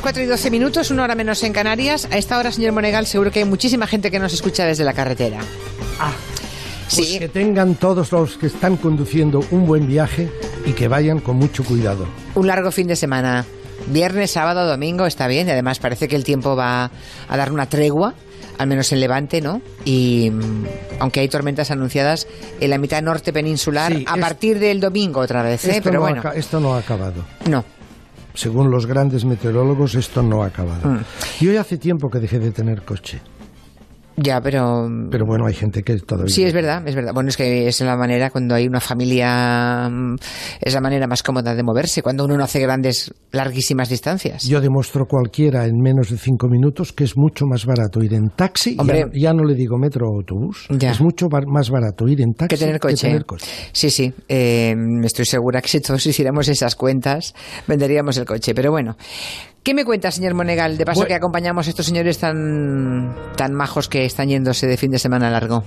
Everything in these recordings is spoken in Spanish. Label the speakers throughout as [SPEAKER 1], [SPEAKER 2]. [SPEAKER 1] 4 y 12 minutos, una hora menos en Canarias. A esta hora, señor Monegal, seguro que hay muchísima gente que nos escucha desde la carretera.
[SPEAKER 2] Ah,
[SPEAKER 1] Sí.
[SPEAKER 2] pues que tengan todos los que están conduciendo un buen viaje y que vayan con mucho cuidado.
[SPEAKER 1] Un largo fin de semana. Viernes, sábado, domingo está bien. Y además parece que el tiempo va a dar una tregua, al menos en Levante, ¿no? Y mm, aunque hay tormentas anunciadas en la mitad norte peninsular
[SPEAKER 2] Sí,
[SPEAKER 1] a
[SPEAKER 2] es-
[SPEAKER 1] partir del domingo otra vez, ¿eh?
[SPEAKER 2] esto,
[SPEAKER 1] Pero
[SPEAKER 2] no
[SPEAKER 1] bueno,
[SPEAKER 2] ha, esto no ha acabado.
[SPEAKER 1] no.
[SPEAKER 2] Según los grandes meteorólogos, esto no ha acabado.
[SPEAKER 1] Mm.
[SPEAKER 2] Yo ya hace tiempo que dejé de tener coche.
[SPEAKER 1] Ya, pero... mm,
[SPEAKER 2] Pero bueno, hay gente que todavía...
[SPEAKER 1] Sí, es verdad, es verdad. Bueno, es que es la manera cuando hay una familia, mm, es la manera más cómoda de moverse, cuando uno no hace grandes, larguísimas distancias.
[SPEAKER 2] Yo demuestro cualquiera en menos de cinco minutos que es mucho más barato ir en taxi.
[SPEAKER 1] Hombre.
[SPEAKER 2] ya, ya no le digo metro o autobús.
[SPEAKER 1] Ya.
[SPEAKER 2] Es mucho bar- más barato ir en taxi
[SPEAKER 1] que tener coche.
[SPEAKER 2] tener coche.
[SPEAKER 1] Sí, sí. eh, estoy segura que si todos hiciéramos esas cuentas, venderíamos el coche. Pero bueno. ¿Qué me cuenta, señor Monegal? De paso
[SPEAKER 2] Bueno.
[SPEAKER 1] que acompañamos a estos señores tan, tan majos que están yéndose de fin de semana largo.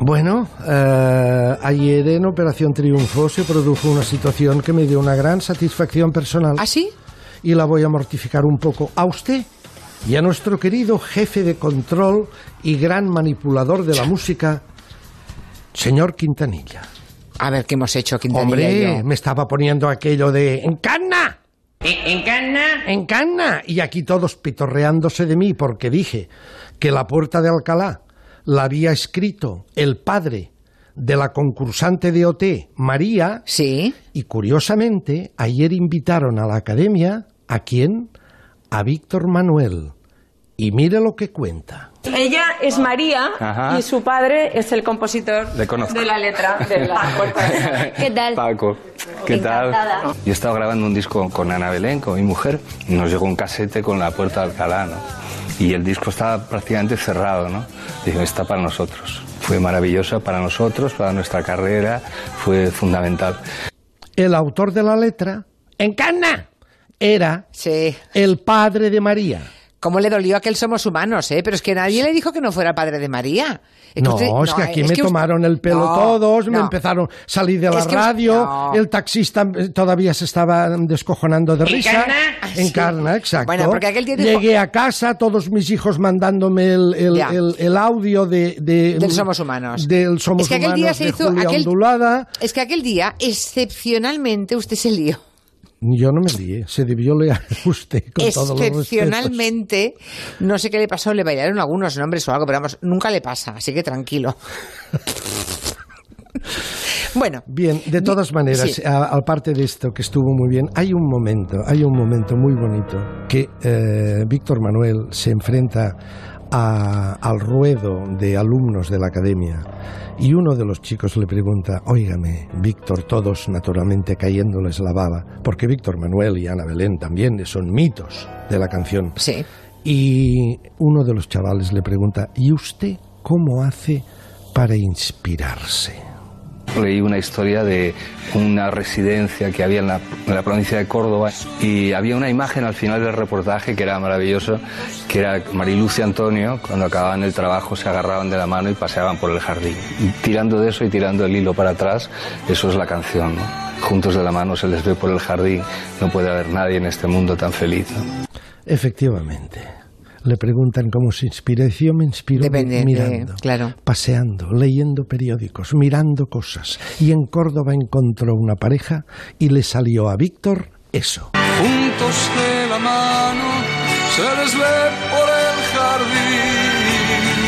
[SPEAKER 2] Bueno, eh, ayer en Operación Triunfo se produjo una situación que me dio una gran satisfacción personal
[SPEAKER 1] ¿Ah, sí?
[SPEAKER 2] y la voy a mortificar un poco a usted y a nuestro querido jefe de control y gran manipulador de la música, señor Quintanilla.
[SPEAKER 1] A ver qué hemos hecho, Quintanilla y yo.
[SPEAKER 2] Hombre, me estaba poniendo aquello de ¡Encarna!
[SPEAKER 3] Encarna,
[SPEAKER 2] ¡Encarna! Y aquí todos pitorreándose de mí porque dije que la puerta de Alcalá la había escrito el padre de la concursante de OT, María,
[SPEAKER 1] Sí.
[SPEAKER 2] y curiosamente, ayer invitaron a la academia a quién? A Víctor Manuel. Y mire lo que cuenta.
[SPEAKER 4] Ella es María
[SPEAKER 5] Ajá.
[SPEAKER 4] y su padre es el compositor
[SPEAKER 5] Le conozco.
[SPEAKER 4] de la letra de la puerta.
[SPEAKER 6] ¿Qué tal?
[SPEAKER 5] Paco, ¿qué tal?
[SPEAKER 6] Encantada.
[SPEAKER 5] Yo estaba grabando un disco con Ana Belén, con mi mujer, y nos llegó un casete con la puerta de Alcalá, ¿no? Y el disco estaba prácticamente cerrado, ¿no? Digo, está para nosotros. Fue maravillosa para nosotros, para nuestra carrera, fue fundamental.
[SPEAKER 2] El autor de la letra, Encarna, era
[SPEAKER 1] Sí.
[SPEAKER 2] el padre de María.
[SPEAKER 1] ¿Cómo le dolió aquel Somos Humanos, eh? Pero es que nadie le dijo que no fuera padre de María. que
[SPEAKER 2] no,
[SPEAKER 1] usted-
[SPEAKER 2] es que aquí
[SPEAKER 1] es
[SPEAKER 2] me
[SPEAKER 1] que usted-
[SPEAKER 2] tomaron el pelo
[SPEAKER 1] No,
[SPEAKER 2] todos, me
[SPEAKER 1] no.
[SPEAKER 2] empezaron a salir de la
[SPEAKER 1] Es que us-
[SPEAKER 2] radio,
[SPEAKER 1] no.
[SPEAKER 2] el taxista eh, todavía se estaba descojonando de risa.
[SPEAKER 3] Encarna.
[SPEAKER 2] Encarna, exacto.
[SPEAKER 1] Ah, Bueno, porque aquel día dijo-
[SPEAKER 2] Llegué a casa, todos mis hijos mandándome el, el-
[SPEAKER 1] Ya.
[SPEAKER 2] el- el audio de, de-
[SPEAKER 1] Del Somos Humanos.
[SPEAKER 2] Del Somos
[SPEAKER 1] es que aquel
[SPEAKER 2] Humanos
[SPEAKER 1] día se
[SPEAKER 2] de
[SPEAKER 1] hizo.
[SPEAKER 2] Julia
[SPEAKER 1] aquel-
[SPEAKER 2] Ondulada.
[SPEAKER 1] Es que aquel día, excepcionalmente, usted se lió.
[SPEAKER 2] Yo no me lié, se debió leer usted con todos los respetos.
[SPEAKER 1] Excepcionalmente, no sé qué le pasó, le bailaron algunos nombres o algo, pero vamos, nunca le pasa, así que tranquilo. bueno,
[SPEAKER 2] Bien, de todas maneras,
[SPEAKER 1] sí.
[SPEAKER 2] a- aparte de esto que estuvo muy bien, hay un momento, hay un momento muy bonito que eh, Víctor Manuel se enfrenta a- al ruedo de alumnos de la academia y uno de los chicos le pregunta, óigame, Víctor, todos naturalmente cayéndoles la baba, porque Víctor Manuel y Ana Belén también son mitos de la canción.
[SPEAKER 1] sí.
[SPEAKER 2] Y uno de los chavales le pregunta, ¿y usted cómo hace para inspirarse?
[SPEAKER 5] Leí una historia de una residencia que había en la, en la provincia de Córdoba y había una imagen al final del reportaje que era maravillosa, que era Mariluz y Antonio, cuando acababan el trabajo se agarraban de la mano y paseaban por el jardín. Y tirando de eso y tirando el hilo para atrás, eso es la canción. ¿no? Juntos de la mano se les ve por el jardín, no puede haber nadie en este mundo tan feliz. ¿no?
[SPEAKER 2] Efectivamente. Le preguntan cómo se inspira. Yo me inspiro
[SPEAKER 1] Depende de-
[SPEAKER 2] mirando,
[SPEAKER 1] claro.
[SPEAKER 2] paseando, leyendo periódicos, mirando cosas. Y en Córdoba encontró una pareja y le salió a Víctor eso.
[SPEAKER 7] juntos de la mano se les ve por el jardín.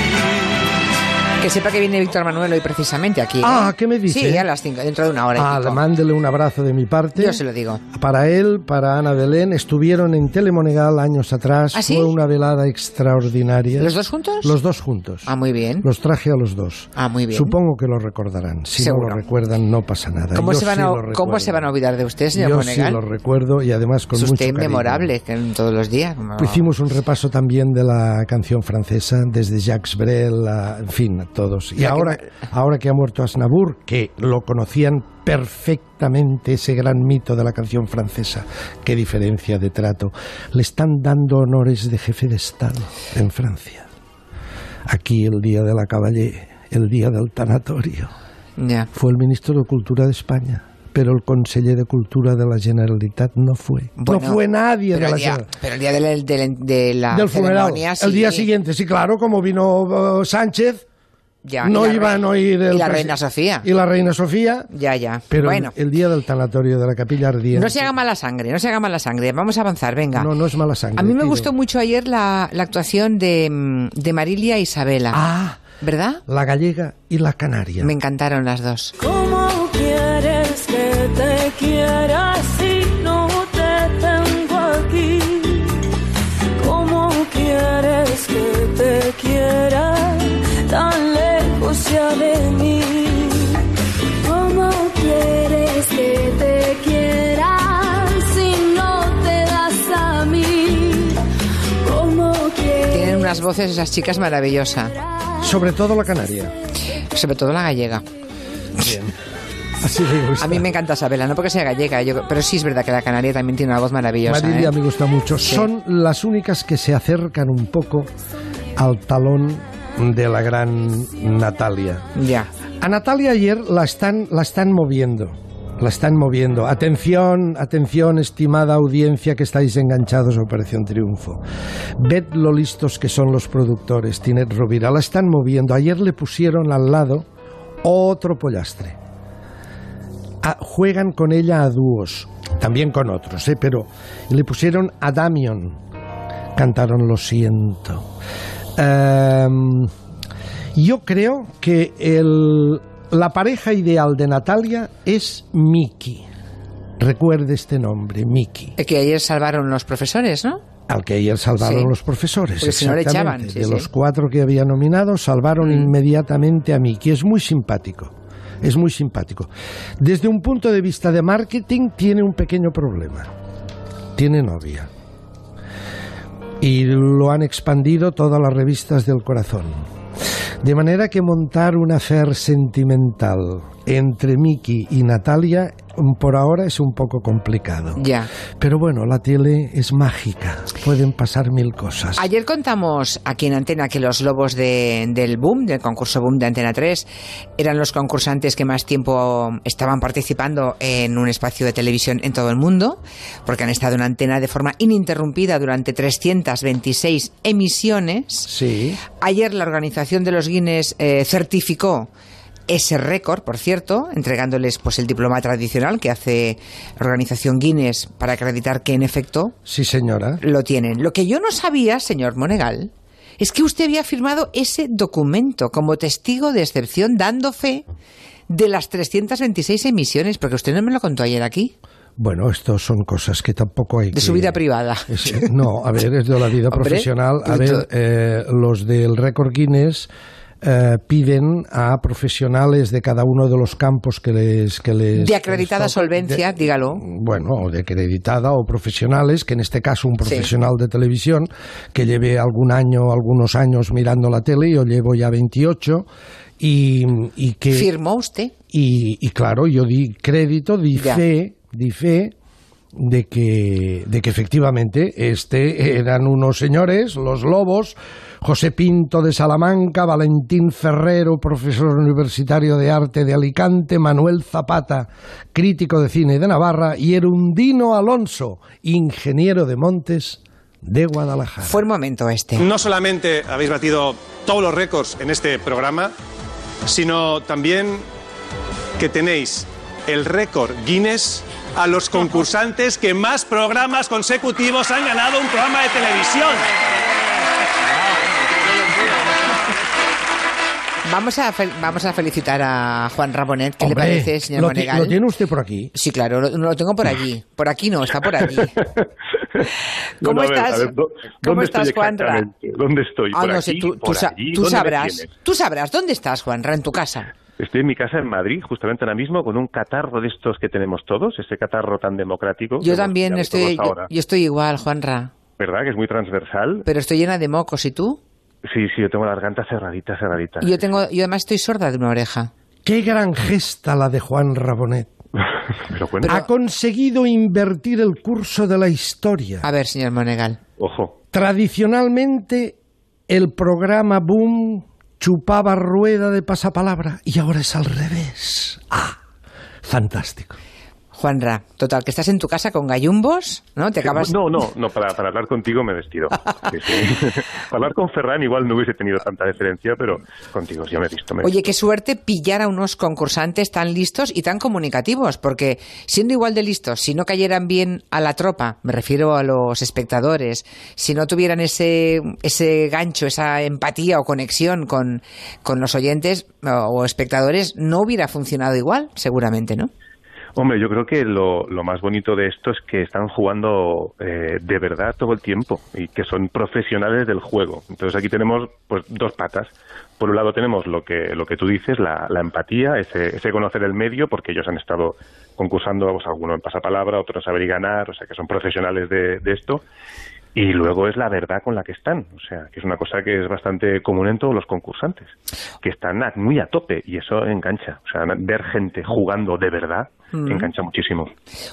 [SPEAKER 1] Que sepa que viene Víctor Manuel hoy precisamente aquí. ¿eh?
[SPEAKER 2] Ah, ¿qué me dice?
[SPEAKER 1] Sí, a las 5, dentro de una hora. y
[SPEAKER 2] Ah,
[SPEAKER 1] pico.
[SPEAKER 2] le mándele un abrazo de mi parte.
[SPEAKER 1] Yo se lo digo.
[SPEAKER 2] Para él, para Ana Belén, estuvieron en Telemonegal años atrás.
[SPEAKER 1] ¿Ah, sí?
[SPEAKER 2] Fue una velada extraordinaria.
[SPEAKER 1] ¿Los dos juntos?
[SPEAKER 2] Los dos juntos.
[SPEAKER 1] Ah, muy bien.
[SPEAKER 2] Los traje a los dos.
[SPEAKER 1] Ah, muy bien.
[SPEAKER 2] Supongo que lo recordarán. Si no
[SPEAKER 1] Seguro.
[SPEAKER 2] lo recuerdan, no pasa nada.
[SPEAKER 1] ¿Cómo,
[SPEAKER 2] Yo
[SPEAKER 1] se van
[SPEAKER 2] sí
[SPEAKER 1] a,
[SPEAKER 2] lo
[SPEAKER 1] ¿Cómo
[SPEAKER 2] recuerdo.
[SPEAKER 1] se van a olvidar de usted, señor
[SPEAKER 2] Yo
[SPEAKER 1] Monegal?
[SPEAKER 2] sí lo recuerdo y además con
[SPEAKER 1] es
[SPEAKER 2] mucho
[SPEAKER 1] usted
[SPEAKER 2] cariño. Pues
[SPEAKER 1] memorable que en todos los días. como-
[SPEAKER 2] Hicimos un repaso también de la canción francesa, desde Jacques Brel, a- en fin, a todos. Y
[SPEAKER 1] Ya que
[SPEAKER 2] ahora, ahora que ha muerto Aznavour, que lo conocían perfectamente, ese gran mito de la canción francesa, qué diferencia de trato, le están dando honores de jefe de Estado en Francia. Aquí el día de la Caballé, el día del tanatorio
[SPEAKER 1] Ya.
[SPEAKER 2] fue el ministro de Cultura de España. però el conseller de Cultura de la Generalitat no fue. no fue nadie de
[SPEAKER 1] pero
[SPEAKER 2] la
[SPEAKER 1] el día,
[SPEAKER 2] Generalitat.
[SPEAKER 1] pero el día de la, de la- de la
[SPEAKER 2] del funeral.
[SPEAKER 1] ceremonia,
[SPEAKER 2] El
[SPEAKER 1] sí.
[SPEAKER 2] día siguiente, sí, claro, como vino eh, Sánchez,
[SPEAKER 1] Ya,
[SPEAKER 2] no
[SPEAKER 1] y la
[SPEAKER 2] iban
[SPEAKER 1] re-
[SPEAKER 2] a oír el
[SPEAKER 1] Y la
[SPEAKER 2] presi-
[SPEAKER 1] reina Sofía.
[SPEAKER 2] Y la reina Sofía.
[SPEAKER 1] Ya, ya.
[SPEAKER 2] Pero
[SPEAKER 1] bueno,
[SPEAKER 2] el día del tanatorio de la capilla ardiente.
[SPEAKER 1] no se haga mala sangre, no se haga mala sangre. Vamos a avanzar, venga.
[SPEAKER 2] No, no es mala sangre.
[SPEAKER 1] a mí me
[SPEAKER 2] pido.
[SPEAKER 1] gustó mucho ayer la, la actuación de, mm, de Marilia e Isabela.
[SPEAKER 2] Ah,
[SPEAKER 1] ¿Verdad?
[SPEAKER 2] la gallega y la canaria.
[SPEAKER 1] Me encantaron las dos.
[SPEAKER 6] ¿Cómo quieres que te quiera si no te tengo aquí? ¿Cómo quieres que te quiera tan lejos ya de mí? ¿Cómo quieres que te quiera si no te das a mí? ¿Cómo quieres?
[SPEAKER 1] Tienen unas voces esas chicas maravillosas,
[SPEAKER 2] Sobre todo la canaria.
[SPEAKER 1] sobre todo la gallega.
[SPEAKER 2] Así me gusta.
[SPEAKER 1] A mí me encanta Isabela, no porque sea gallega, yo- pero sí es verdad que la canaria también tiene una voz maravillosa.
[SPEAKER 2] Marilia
[SPEAKER 1] ¿eh?
[SPEAKER 2] me gusta mucho. Son las únicas que se acercan un poco al talón de la gran Natalia.
[SPEAKER 1] Ya.
[SPEAKER 2] A Natalia ayer la están, la están moviendo. La están moviendo. Atención, atención, estimada audiencia que estáis enganchados a Operación Triunfo. Ved lo listos que son los productores, Tinet Rovira. La están moviendo. Ayer le pusieron al lado otro pollastre. A- juegan con ella a dúos, también con otros, ¿eh? pero le pusieron a Damion. Cantaron Lo siento. Em, yo creo que el- la pareja ideal de Natalia es Miki. Recuerde este nombre, Miki,
[SPEAKER 1] Eh, Que ayer salvaron los profesores, ¿no?
[SPEAKER 2] al que ayer salvaron
[SPEAKER 1] Sí.
[SPEAKER 2] los profesores.
[SPEAKER 1] Porque si no le
[SPEAKER 2] exactamente.
[SPEAKER 1] echaban, sí,
[SPEAKER 2] de
[SPEAKER 1] sí. Mm.
[SPEAKER 2] los cuatro que había nominado, salvaron inmediatamente a Miki. Es muy simpático. Es muy simpático. Desde un punto de vista de marketing, tiene un pequeño problema. Tiene novia. Y lo han expandido todas las revistas del corazón. De manera que montar un affair sentimental entre Miki y Natalia mm, por ahora es un poco complicado.
[SPEAKER 1] Ya.
[SPEAKER 2] Pero bueno, la tele es mágica, pueden pasar mil cosas.
[SPEAKER 1] Ayer contamos aquí en Antena que los lobos de- del Boom, del concurso Boom de Antena 3, eran los concursantes que más tiempo estaban participando en un espacio de televisión en todo el mundo, porque han estado en antena de forma ininterrumpida durante 326 emisiones.
[SPEAKER 2] Sí,
[SPEAKER 1] Ayer la organización de los Guinness eh, certificó ese récord, por cierto, entregándoles pues el diploma tradicional que hace la organización Guinness para acreditar que en efecto
[SPEAKER 2] sí señora.
[SPEAKER 1] lo tienen. Lo que yo no sabía, señor Monegal, es que usted había firmado ese documento como testigo de excepción dando fe de las 326 emisiones, porque usted no me lo contó ayer aquí,
[SPEAKER 2] Bueno, esto son cosas que tampoco hay
[SPEAKER 1] de su
[SPEAKER 2] que-
[SPEAKER 1] vida privada.
[SPEAKER 2] Es- no, a ver, es de la vida
[SPEAKER 1] Hombre,
[SPEAKER 2] profesional. A
[SPEAKER 1] pero todo-
[SPEAKER 2] ver, eh, los del récord Guinness eh, piden a profesionales de cada uno de los campos que les... Que les
[SPEAKER 1] De acreditada
[SPEAKER 2] les toca-
[SPEAKER 1] solvencia,
[SPEAKER 2] de-
[SPEAKER 1] dígalo.
[SPEAKER 2] bueno, o de acreditada o profesionales, que en este caso un profesional de televisión que lleve algún año, algunos años mirando la tele, yo llevo ya 28, y, y que...
[SPEAKER 1] Firmó usted.
[SPEAKER 2] Y, y claro, yo di crédito, di
[SPEAKER 1] Ya.
[SPEAKER 2] fe, di fe de que, de que efectivamente este eran unos señores, los lobos, José Pinto de Salamanca, Valentín Ferrero, profesor universitario de arte de Alicante, Manuel Zapata, crítico de cine de Navarra, y Erundino Alonso, ingeniero de Montes de Guadalajara.
[SPEAKER 1] Fue el momento este.
[SPEAKER 8] No solamente habéis batido todos los récords en este programa, sino también que tenéis el récord Guinness a los concursantes que más programas consecutivos han ganado un programa de televisión.
[SPEAKER 1] Vamos a, fel- vamos a felicitar a Juan Rabonet. ¿Qué
[SPEAKER 2] Hombre,
[SPEAKER 1] le parece, señor
[SPEAKER 2] lo, ti-
[SPEAKER 1] Monegal?
[SPEAKER 2] lo tiene usted por aquí.
[SPEAKER 1] Sí, claro, lo, lo tengo por allí. Por aquí no, está por allí. ¿Cómo
[SPEAKER 9] Bueno, a ver,
[SPEAKER 1] estás?
[SPEAKER 9] a ver, ¿dó-
[SPEAKER 1] ¿Cómo
[SPEAKER 9] dónde
[SPEAKER 1] estás,
[SPEAKER 9] estoy
[SPEAKER 1] Juanra?
[SPEAKER 9] exactamente? ¿Dónde estoy?
[SPEAKER 1] Ah,
[SPEAKER 9] ¿Por
[SPEAKER 1] no sé,
[SPEAKER 9] aquí?
[SPEAKER 1] tú, tú
[SPEAKER 9] ¿Por
[SPEAKER 1] sa-
[SPEAKER 9] allí?
[SPEAKER 1] tú
[SPEAKER 9] ¿Dónde me
[SPEAKER 1] sabrás.
[SPEAKER 9] tienes?
[SPEAKER 1] Tú sabrás, ¿dónde estás, Juanra? En tu casa.
[SPEAKER 9] Estoy en mi casa en Madrid, justamente ahora mismo, con un catarro de estos que tenemos todos, ese catarro tan democrático. que
[SPEAKER 1] Yo
[SPEAKER 9] hemos
[SPEAKER 1] también
[SPEAKER 9] pillado
[SPEAKER 1] estoy,
[SPEAKER 9] todos
[SPEAKER 1] yo,
[SPEAKER 9] ahora.
[SPEAKER 1] yo estoy igual, Juanra,
[SPEAKER 9] ¿Verdad? Que es muy transversal.
[SPEAKER 1] pero estoy llena de mocos. ¿Y tú?
[SPEAKER 9] Sí, sí, yo tengo la garganta cerradita, cerradita.
[SPEAKER 1] Y yo tengo, yo además estoy sorda de una oreja.
[SPEAKER 2] Qué gran gesta la de Juan Rabonet.
[SPEAKER 9] Pero bueno,
[SPEAKER 1] Ah,
[SPEAKER 2] ha conseguido invertir el curso de la historia.
[SPEAKER 1] A ver, señor Monegal.
[SPEAKER 9] ojo.
[SPEAKER 2] Tradicionalmente, el programa Boom chupaba rueda de pasapalabra y ahora es al revés. ¡Ah! Fantástico.
[SPEAKER 1] Juanra, total, que estás en tu casa con gallumbos, ¿no? Te acabas...
[SPEAKER 9] No, no, no, para, para hablar contigo me he vestido. Sí, sí. para hablar con Ferran igual no hubiese tenido tanta diferencia, pero contigo sí me he visto. me he
[SPEAKER 1] Oye,
[SPEAKER 9] visto.
[SPEAKER 1] qué suerte pillar a unos concursantes tan listos y tan comunicativos, porque siendo igual de listos, si no cayeran bien a la tropa, me refiero a los espectadores, si no tuvieran ese, ese gancho, esa empatía o conexión con, con los oyentes o, o espectadores, no hubiera funcionado igual, seguramente, ¿no?
[SPEAKER 9] Hombre, yo creo que lo, lo más bonito de esto es que están jugando eh, de verdad todo el tiempo y que son profesionales del juego. Entonces aquí tenemos pues dos patas. Por un lado tenemos lo que, lo que tú dices, la, la empatía, ese, ese conocer el medio, porque ellos han estado concursando, pues, algunos en pasapalabra, otros en saber y ganar, o sea que son profesionales de, de esto. Y luego es la verdad con la que están, o sea, que es una cosa que es bastante común en todos los concursantes, que están a- muy a tope y eso engancha. O sea, ver gente jugando de verdad
[SPEAKER 1] Mm.
[SPEAKER 9] engancha muchísimo.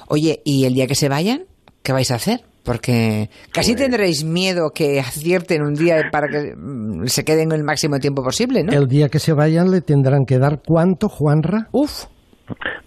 [SPEAKER 1] Oye, ¿y el día que se vayan, qué vais a hacer? Porque casi
[SPEAKER 9] Pues-
[SPEAKER 1] tendréis miedo que acierten un día para que mm, se queden el máximo tiempo posible, ¿no?
[SPEAKER 2] El día que se vayan le tendrán que dar cuánto, Juanra. Ah,
[SPEAKER 1] Uf,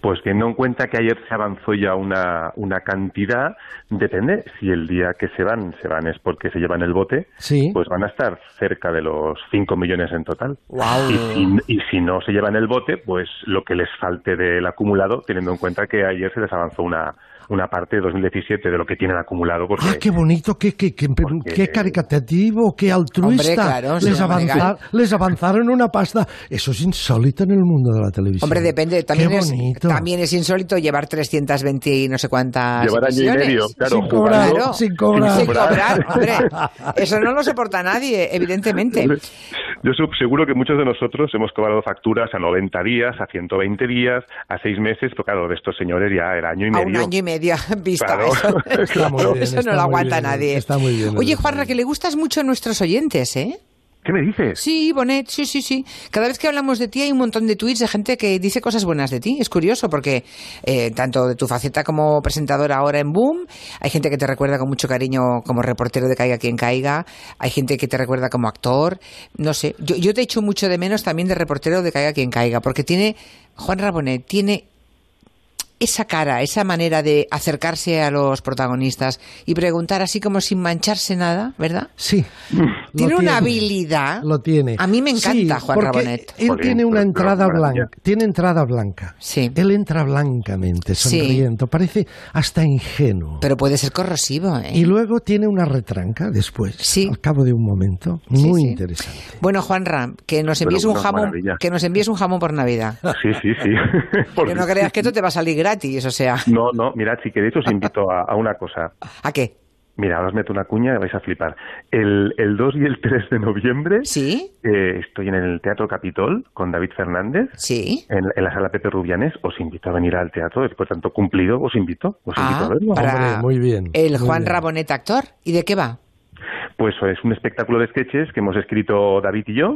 [SPEAKER 9] Pues teniendo en cuenta que ayer se avanzó ya una, una cantidad, depende si el día que se van, se van es porque se llevan el bote,
[SPEAKER 2] Sí.
[SPEAKER 9] pues van a estar cerca de los 5 millones en total.
[SPEAKER 1] Guau.
[SPEAKER 9] Y, si, y si no se llevan el bote, pues lo que les falte del acumulado, teniendo en cuenta que ayer se les avanzó una, una parte de 2017 de lo que tienen acumulado. Porque,
[SPEAKER 2] Ah, qué bonito, qué, qué, qué,
[SPEAKER 9] Porque-
[SPEAKER 2] qué caricativo, qué altruista.
[SPEAKER 1] Hombre, claro,
[SPEAKER 2] les,
[SPEAKER 1] sí, hombre,
[SPEAKER 2] avanzar- les avanzaron una pasta. Eso es insólito en el mundo de la televisión.
[SPEAKER 1] hombre, depende. También
[SPEAKER 2] qué
[SPEAKER 1] es,
[SPEAKER 2] bonito.
[SPEAKER 1] también es insólito llevar 320 y no sé cuántas
[SPEAKER 9] Llevar año y
[SPEAKER 1] emisiones.
[SPEAKER 9] medio, claro,
[SPEAKER 2] Sin cobrar,
[SPEAKER 1] Claro.
[SPEAKER 2] sin cobrar.
[SPEAKER 1] Ah, Sin cobrar, hombre. Eso no lo soporta nadie, evidentemente.
[SPEAKER 9] Yo sub- seguro que muchos de nosotros hemos cobrado facturas a 90 días, a 120 días, a 6 meses, pero claro, de estos señores ya era año y
[SPEAKER 1] A
[SPEAKER 9] medio.
[SPEAKER 1] un año y medio visto.
[SPEAKER 9] Claro.
[SPEAKER 1] Eso,
[SPEAKER 2] Está muy bien,
[SPEAKER 1] eso
[SPEAKER 2] está
[SPEAKER 1] no lo
[SPEAKER 2] muy
[SPEAKER 1] aguanta
[SPEAKER 2] bien,
[SPEAKER 1] nadie.
[SPEAKER 2] está muy bien,
[SPEAKER 1] Oye,
[SPEAKER 2] está
[SPEAKER 1] Juanra,
[SPEAKER 2] bien.
[SPEAKER 1] que le gustas mucho a nuestros oyentes, ¿eh?
[SPEAKER 9] ¿Qué me dices?
[SPEAKER 1] Sí, Bonet, sí, sí, sí. Cada vez que hablamos de ti hay un montón de tweets de gente que dice cosas buenas de ti. Es curioso porque eh, tanto de tu faceta como presentadora ahora en Boom, hay gente que te recuerda con mucho cariño como reportero de Caiga quien caiga, hay gente que te recuerda como actor, no sé. Yo, yo te echo mucho de menos también de reportero de Caiga quien caiga, porque tiene, Juan Rabonet, tiene esa cara, esa manera de acercarse a los protagonistas y preguntar así como sin mancharse nada, ¿verdad?
[SPEAKER 2] Sí. lo
[SPEAKER 1] Tiene una habilidad.
[SPEAKER 2] Lo tiene.
[SPEAKER 1] ¿Ah? A mí me encanta
[SPEAKER 2] Sí,
[SPEAKER 1] Juan
[SPEAKER 2] porque
[SPEAKER 1] Rabonet.
[SPEAKER 2] Él
[SPEAKER 9] Jolín,
[SPEAKER 2] tiene una
[SPEAKER 9] pero- pero
[SPEAKER 2] entrada
[SPEAKER 9] maravilla.
[SPEAKER 2] blanca. Tiene entrada blanca.
[SPEAKER 1] Sí.
[SPEAKER 2] Él entra blancamente,
[SPEAKER 1] Sí.
[SPEAKER 2] sonriendo. Parece hasta ingenuo.
[SPEAKER 1] Pero puede ser corrosivo, ¿eh?
[SPEAKER 2] y luego tiene una retranca después,
[SPEAKER 1] Sí.
[SPEAKER 2] al cabo de un momento,
[SPEAKER 1] Sí,
[SPEAKER 2] muy
[SPEAKER 1] sí.
[SPEAKER 2] interesante.
[SPEAKER 1] Bueno, Juanra, que nos
[SPEAKER 9] Pero
[SPEAKER 1] envíes un
[SPEAKER 9] bueno,
[SPEAKER 1] jamón,
[SPEAKER 9] maravilla.
[SPEAKER 1] que nos envíes un jamón por Navidad.
[SPEAKER 9] Sí, sí, sí.
[SPEAKER 1] Que no creas que esto te va a salir gratis, o sea,
[SPEAKER 9] No, no, mirad, si queréis os invito a, a una cosa.
[SPEAKER 1] ¿a qué?
[SPEAKER 9] Mira, ahora os meto una cuña y vais a flipar. El, el 2 y el 3 de noviembre
[SPEAKER 1] Sí,
[SPEAKER 9] eh, estoy en el Teatro Capitol con David Fernández.
[SPEAKER 1] sí.
[SPEAKER 9] En, en la sala Pepe Rubianes os invito a venir al teatro, y por tanto cumplido os invito, os invito
[SPEAKER 1] Ah,
[SPEAKER 9] a verlo.
[SPEAKER 1] para
[SPEAKER 2] Hombre, muy bien,
[SPEAKER 1] El
[SPEAKER 2] muy
[SPEAKER 1] Juan
[SPEAKER 2] bien.
[SPEAKER 1] Rabonet actor. ¿Y de qué va?
[SPEAKER 9] Pues es un espectáculo de sketches que hemos escrito David y yo,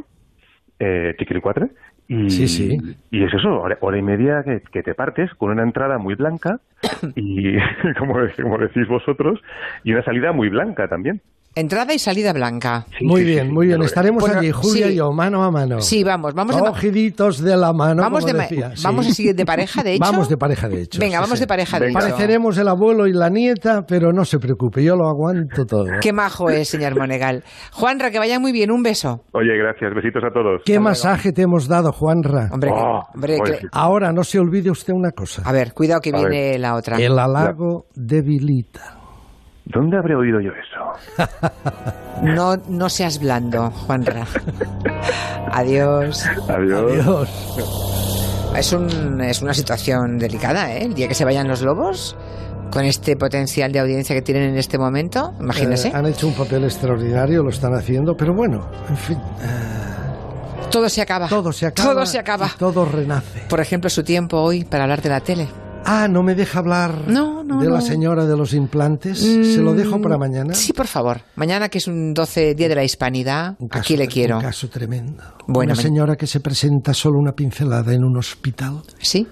[SPEAKER 9] eh, Chiquilicuatre. Y,
[SPEAKER 2] Sí, sí.
[SPEAKER 9] y es eso, hora, hora y media que, que te partes con una entrada muy blanca y, como, como decís vosotros, y una salida muy blanca también.
[SPEAKER 1] Entrada y salida blanca.
[SPEAKER 9] Sí,
[SPEAKER 2] muy
[SPEAKER 9] sí,
[SPEAKER 2] bien,
[SPEAKER 9] sí,
[SPEAKER 2] muy
[SPEAKER 9] ya
[SPEAKER 2] bien.
[SPEAKER 9] lo
[SPEAKER 2] Estaremos
[SPEAKER 1] Bueno,
[SPEAKER 2] allí, Julia
[SPEAKER 1] sí.
[SPEAKER 2] y yo, mano a mano.
[SPEAKER 1] Sí, vamos, vamos de ma-
[SPEAKER 2] Cogiditos de la mano.
[SPEAKER 1] vamos, de,
[SPEAKER 2] como
[SPEAKER 1] ma-
[SPEAKER 2] decía, sí.
[SPEAKER 1] vamos así de pareja, de hecho.
[SPEAKER 2] Vamos de pareja, de hecho.
[SPEAKER 1] Venga,
[SPEAKER 2] sí,
[SPEAKER 1] vamos
[SPEAKER 2] sí.
[SPEAKER 1] de pareja, de
[SPEAKER 9] Venga.
[SPEAKER 1] hecho.
[SPEAKER 2] Pareceremos el abuelo y la nieta, pero no se preocupe, yo lo aguanto todo.
[SPEAKER 1] Qué majo es, señor Monegal. Juanra, que vaya muy bien. Un beso.
[SPEAKER 9] Oye, gracias, besitos a todos.
[SPEAKER 2] ¿Qué masaje te hemos dado, Juanra?
[SPEAKER 1] Hombre, que-
[SPEAKER 9] Oh,
[SPEAKER 1] hombre que-
[SPEAKER 9] joder.
[SPEAKER 2] Ahora no se olvide usted una cosa.
[SPEAKER 1] a ver, cuidado que
[SPEAKER 9] A ver.
[SPEAKER 1] viene la otra.
[SPEAKER 2] El halago debilita.
[SPEAKER 9] ¿Dónde habré oído yo eso?
[SPEAKER 1] No, no seas blando, Juanra. Adiós.
[SPEAKER 9] Adiós.
[SPEAKER 2] Dios.
[SPEAKER 1] Es, un- es una situación delicada, ¿eh? El día que se vayan los lobos, con este potencial de audiencia que tienen en este momento, imagínese.
[SPEAKER 2] Eh, han hecho un papel extraordinario, lo están haciendo, pero bueno, en fin,
[SPEAKER 1] todo se acaba.
[SPEAKER 2] todo se acaba.
[SPEAKER 1] Ah, Todo se acaba.
[SPEAKER 2] y todo renace.
[SPEAKER 1] Por ejemplo, su tiempo hoy para hablar de la tele.
[SPEAKER 2] Ah, ¿no me deja hablar
[SPEAKER 1] No, no,
[SPEAKER 2] de la
[SPEAKER 1] no. Mm,
[SPEAKER 2] señora de los implantes? ¿Se lo dejo para mañana?
[SPEAKER 1] Sí, por favor. Mañana, que es un 12 día de la hispanidad,
[SPEAKER 2] Un caso
[SPEAKER 1] aquí le
[SPEAKER 2] tre-
[SPEAKER 1] quiero.
[SPEAKER 2] Un caso tremendo.
[SPEAKER 1] Bueno,
[SPEAKER 2] una
[SPEAKER 1] me-
[SPEAKER 2] señora que se presenta solo una pincelada en un hospital
[SPEAKER 1] ¿Sí?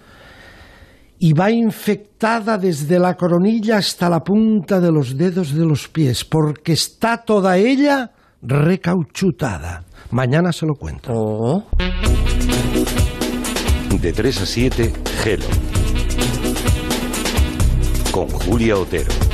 [SPEAKER 2] y va infectada desde la coronilla hasta la punta de los dedos de los pies, porque está toda ella recauchutada. Mañana se lo cuento.
[SPEAKER 1] Oh.
[SPEAKER 10] De 3 a 7, Gelo.
[SPEAKER 5] con Julia Otero.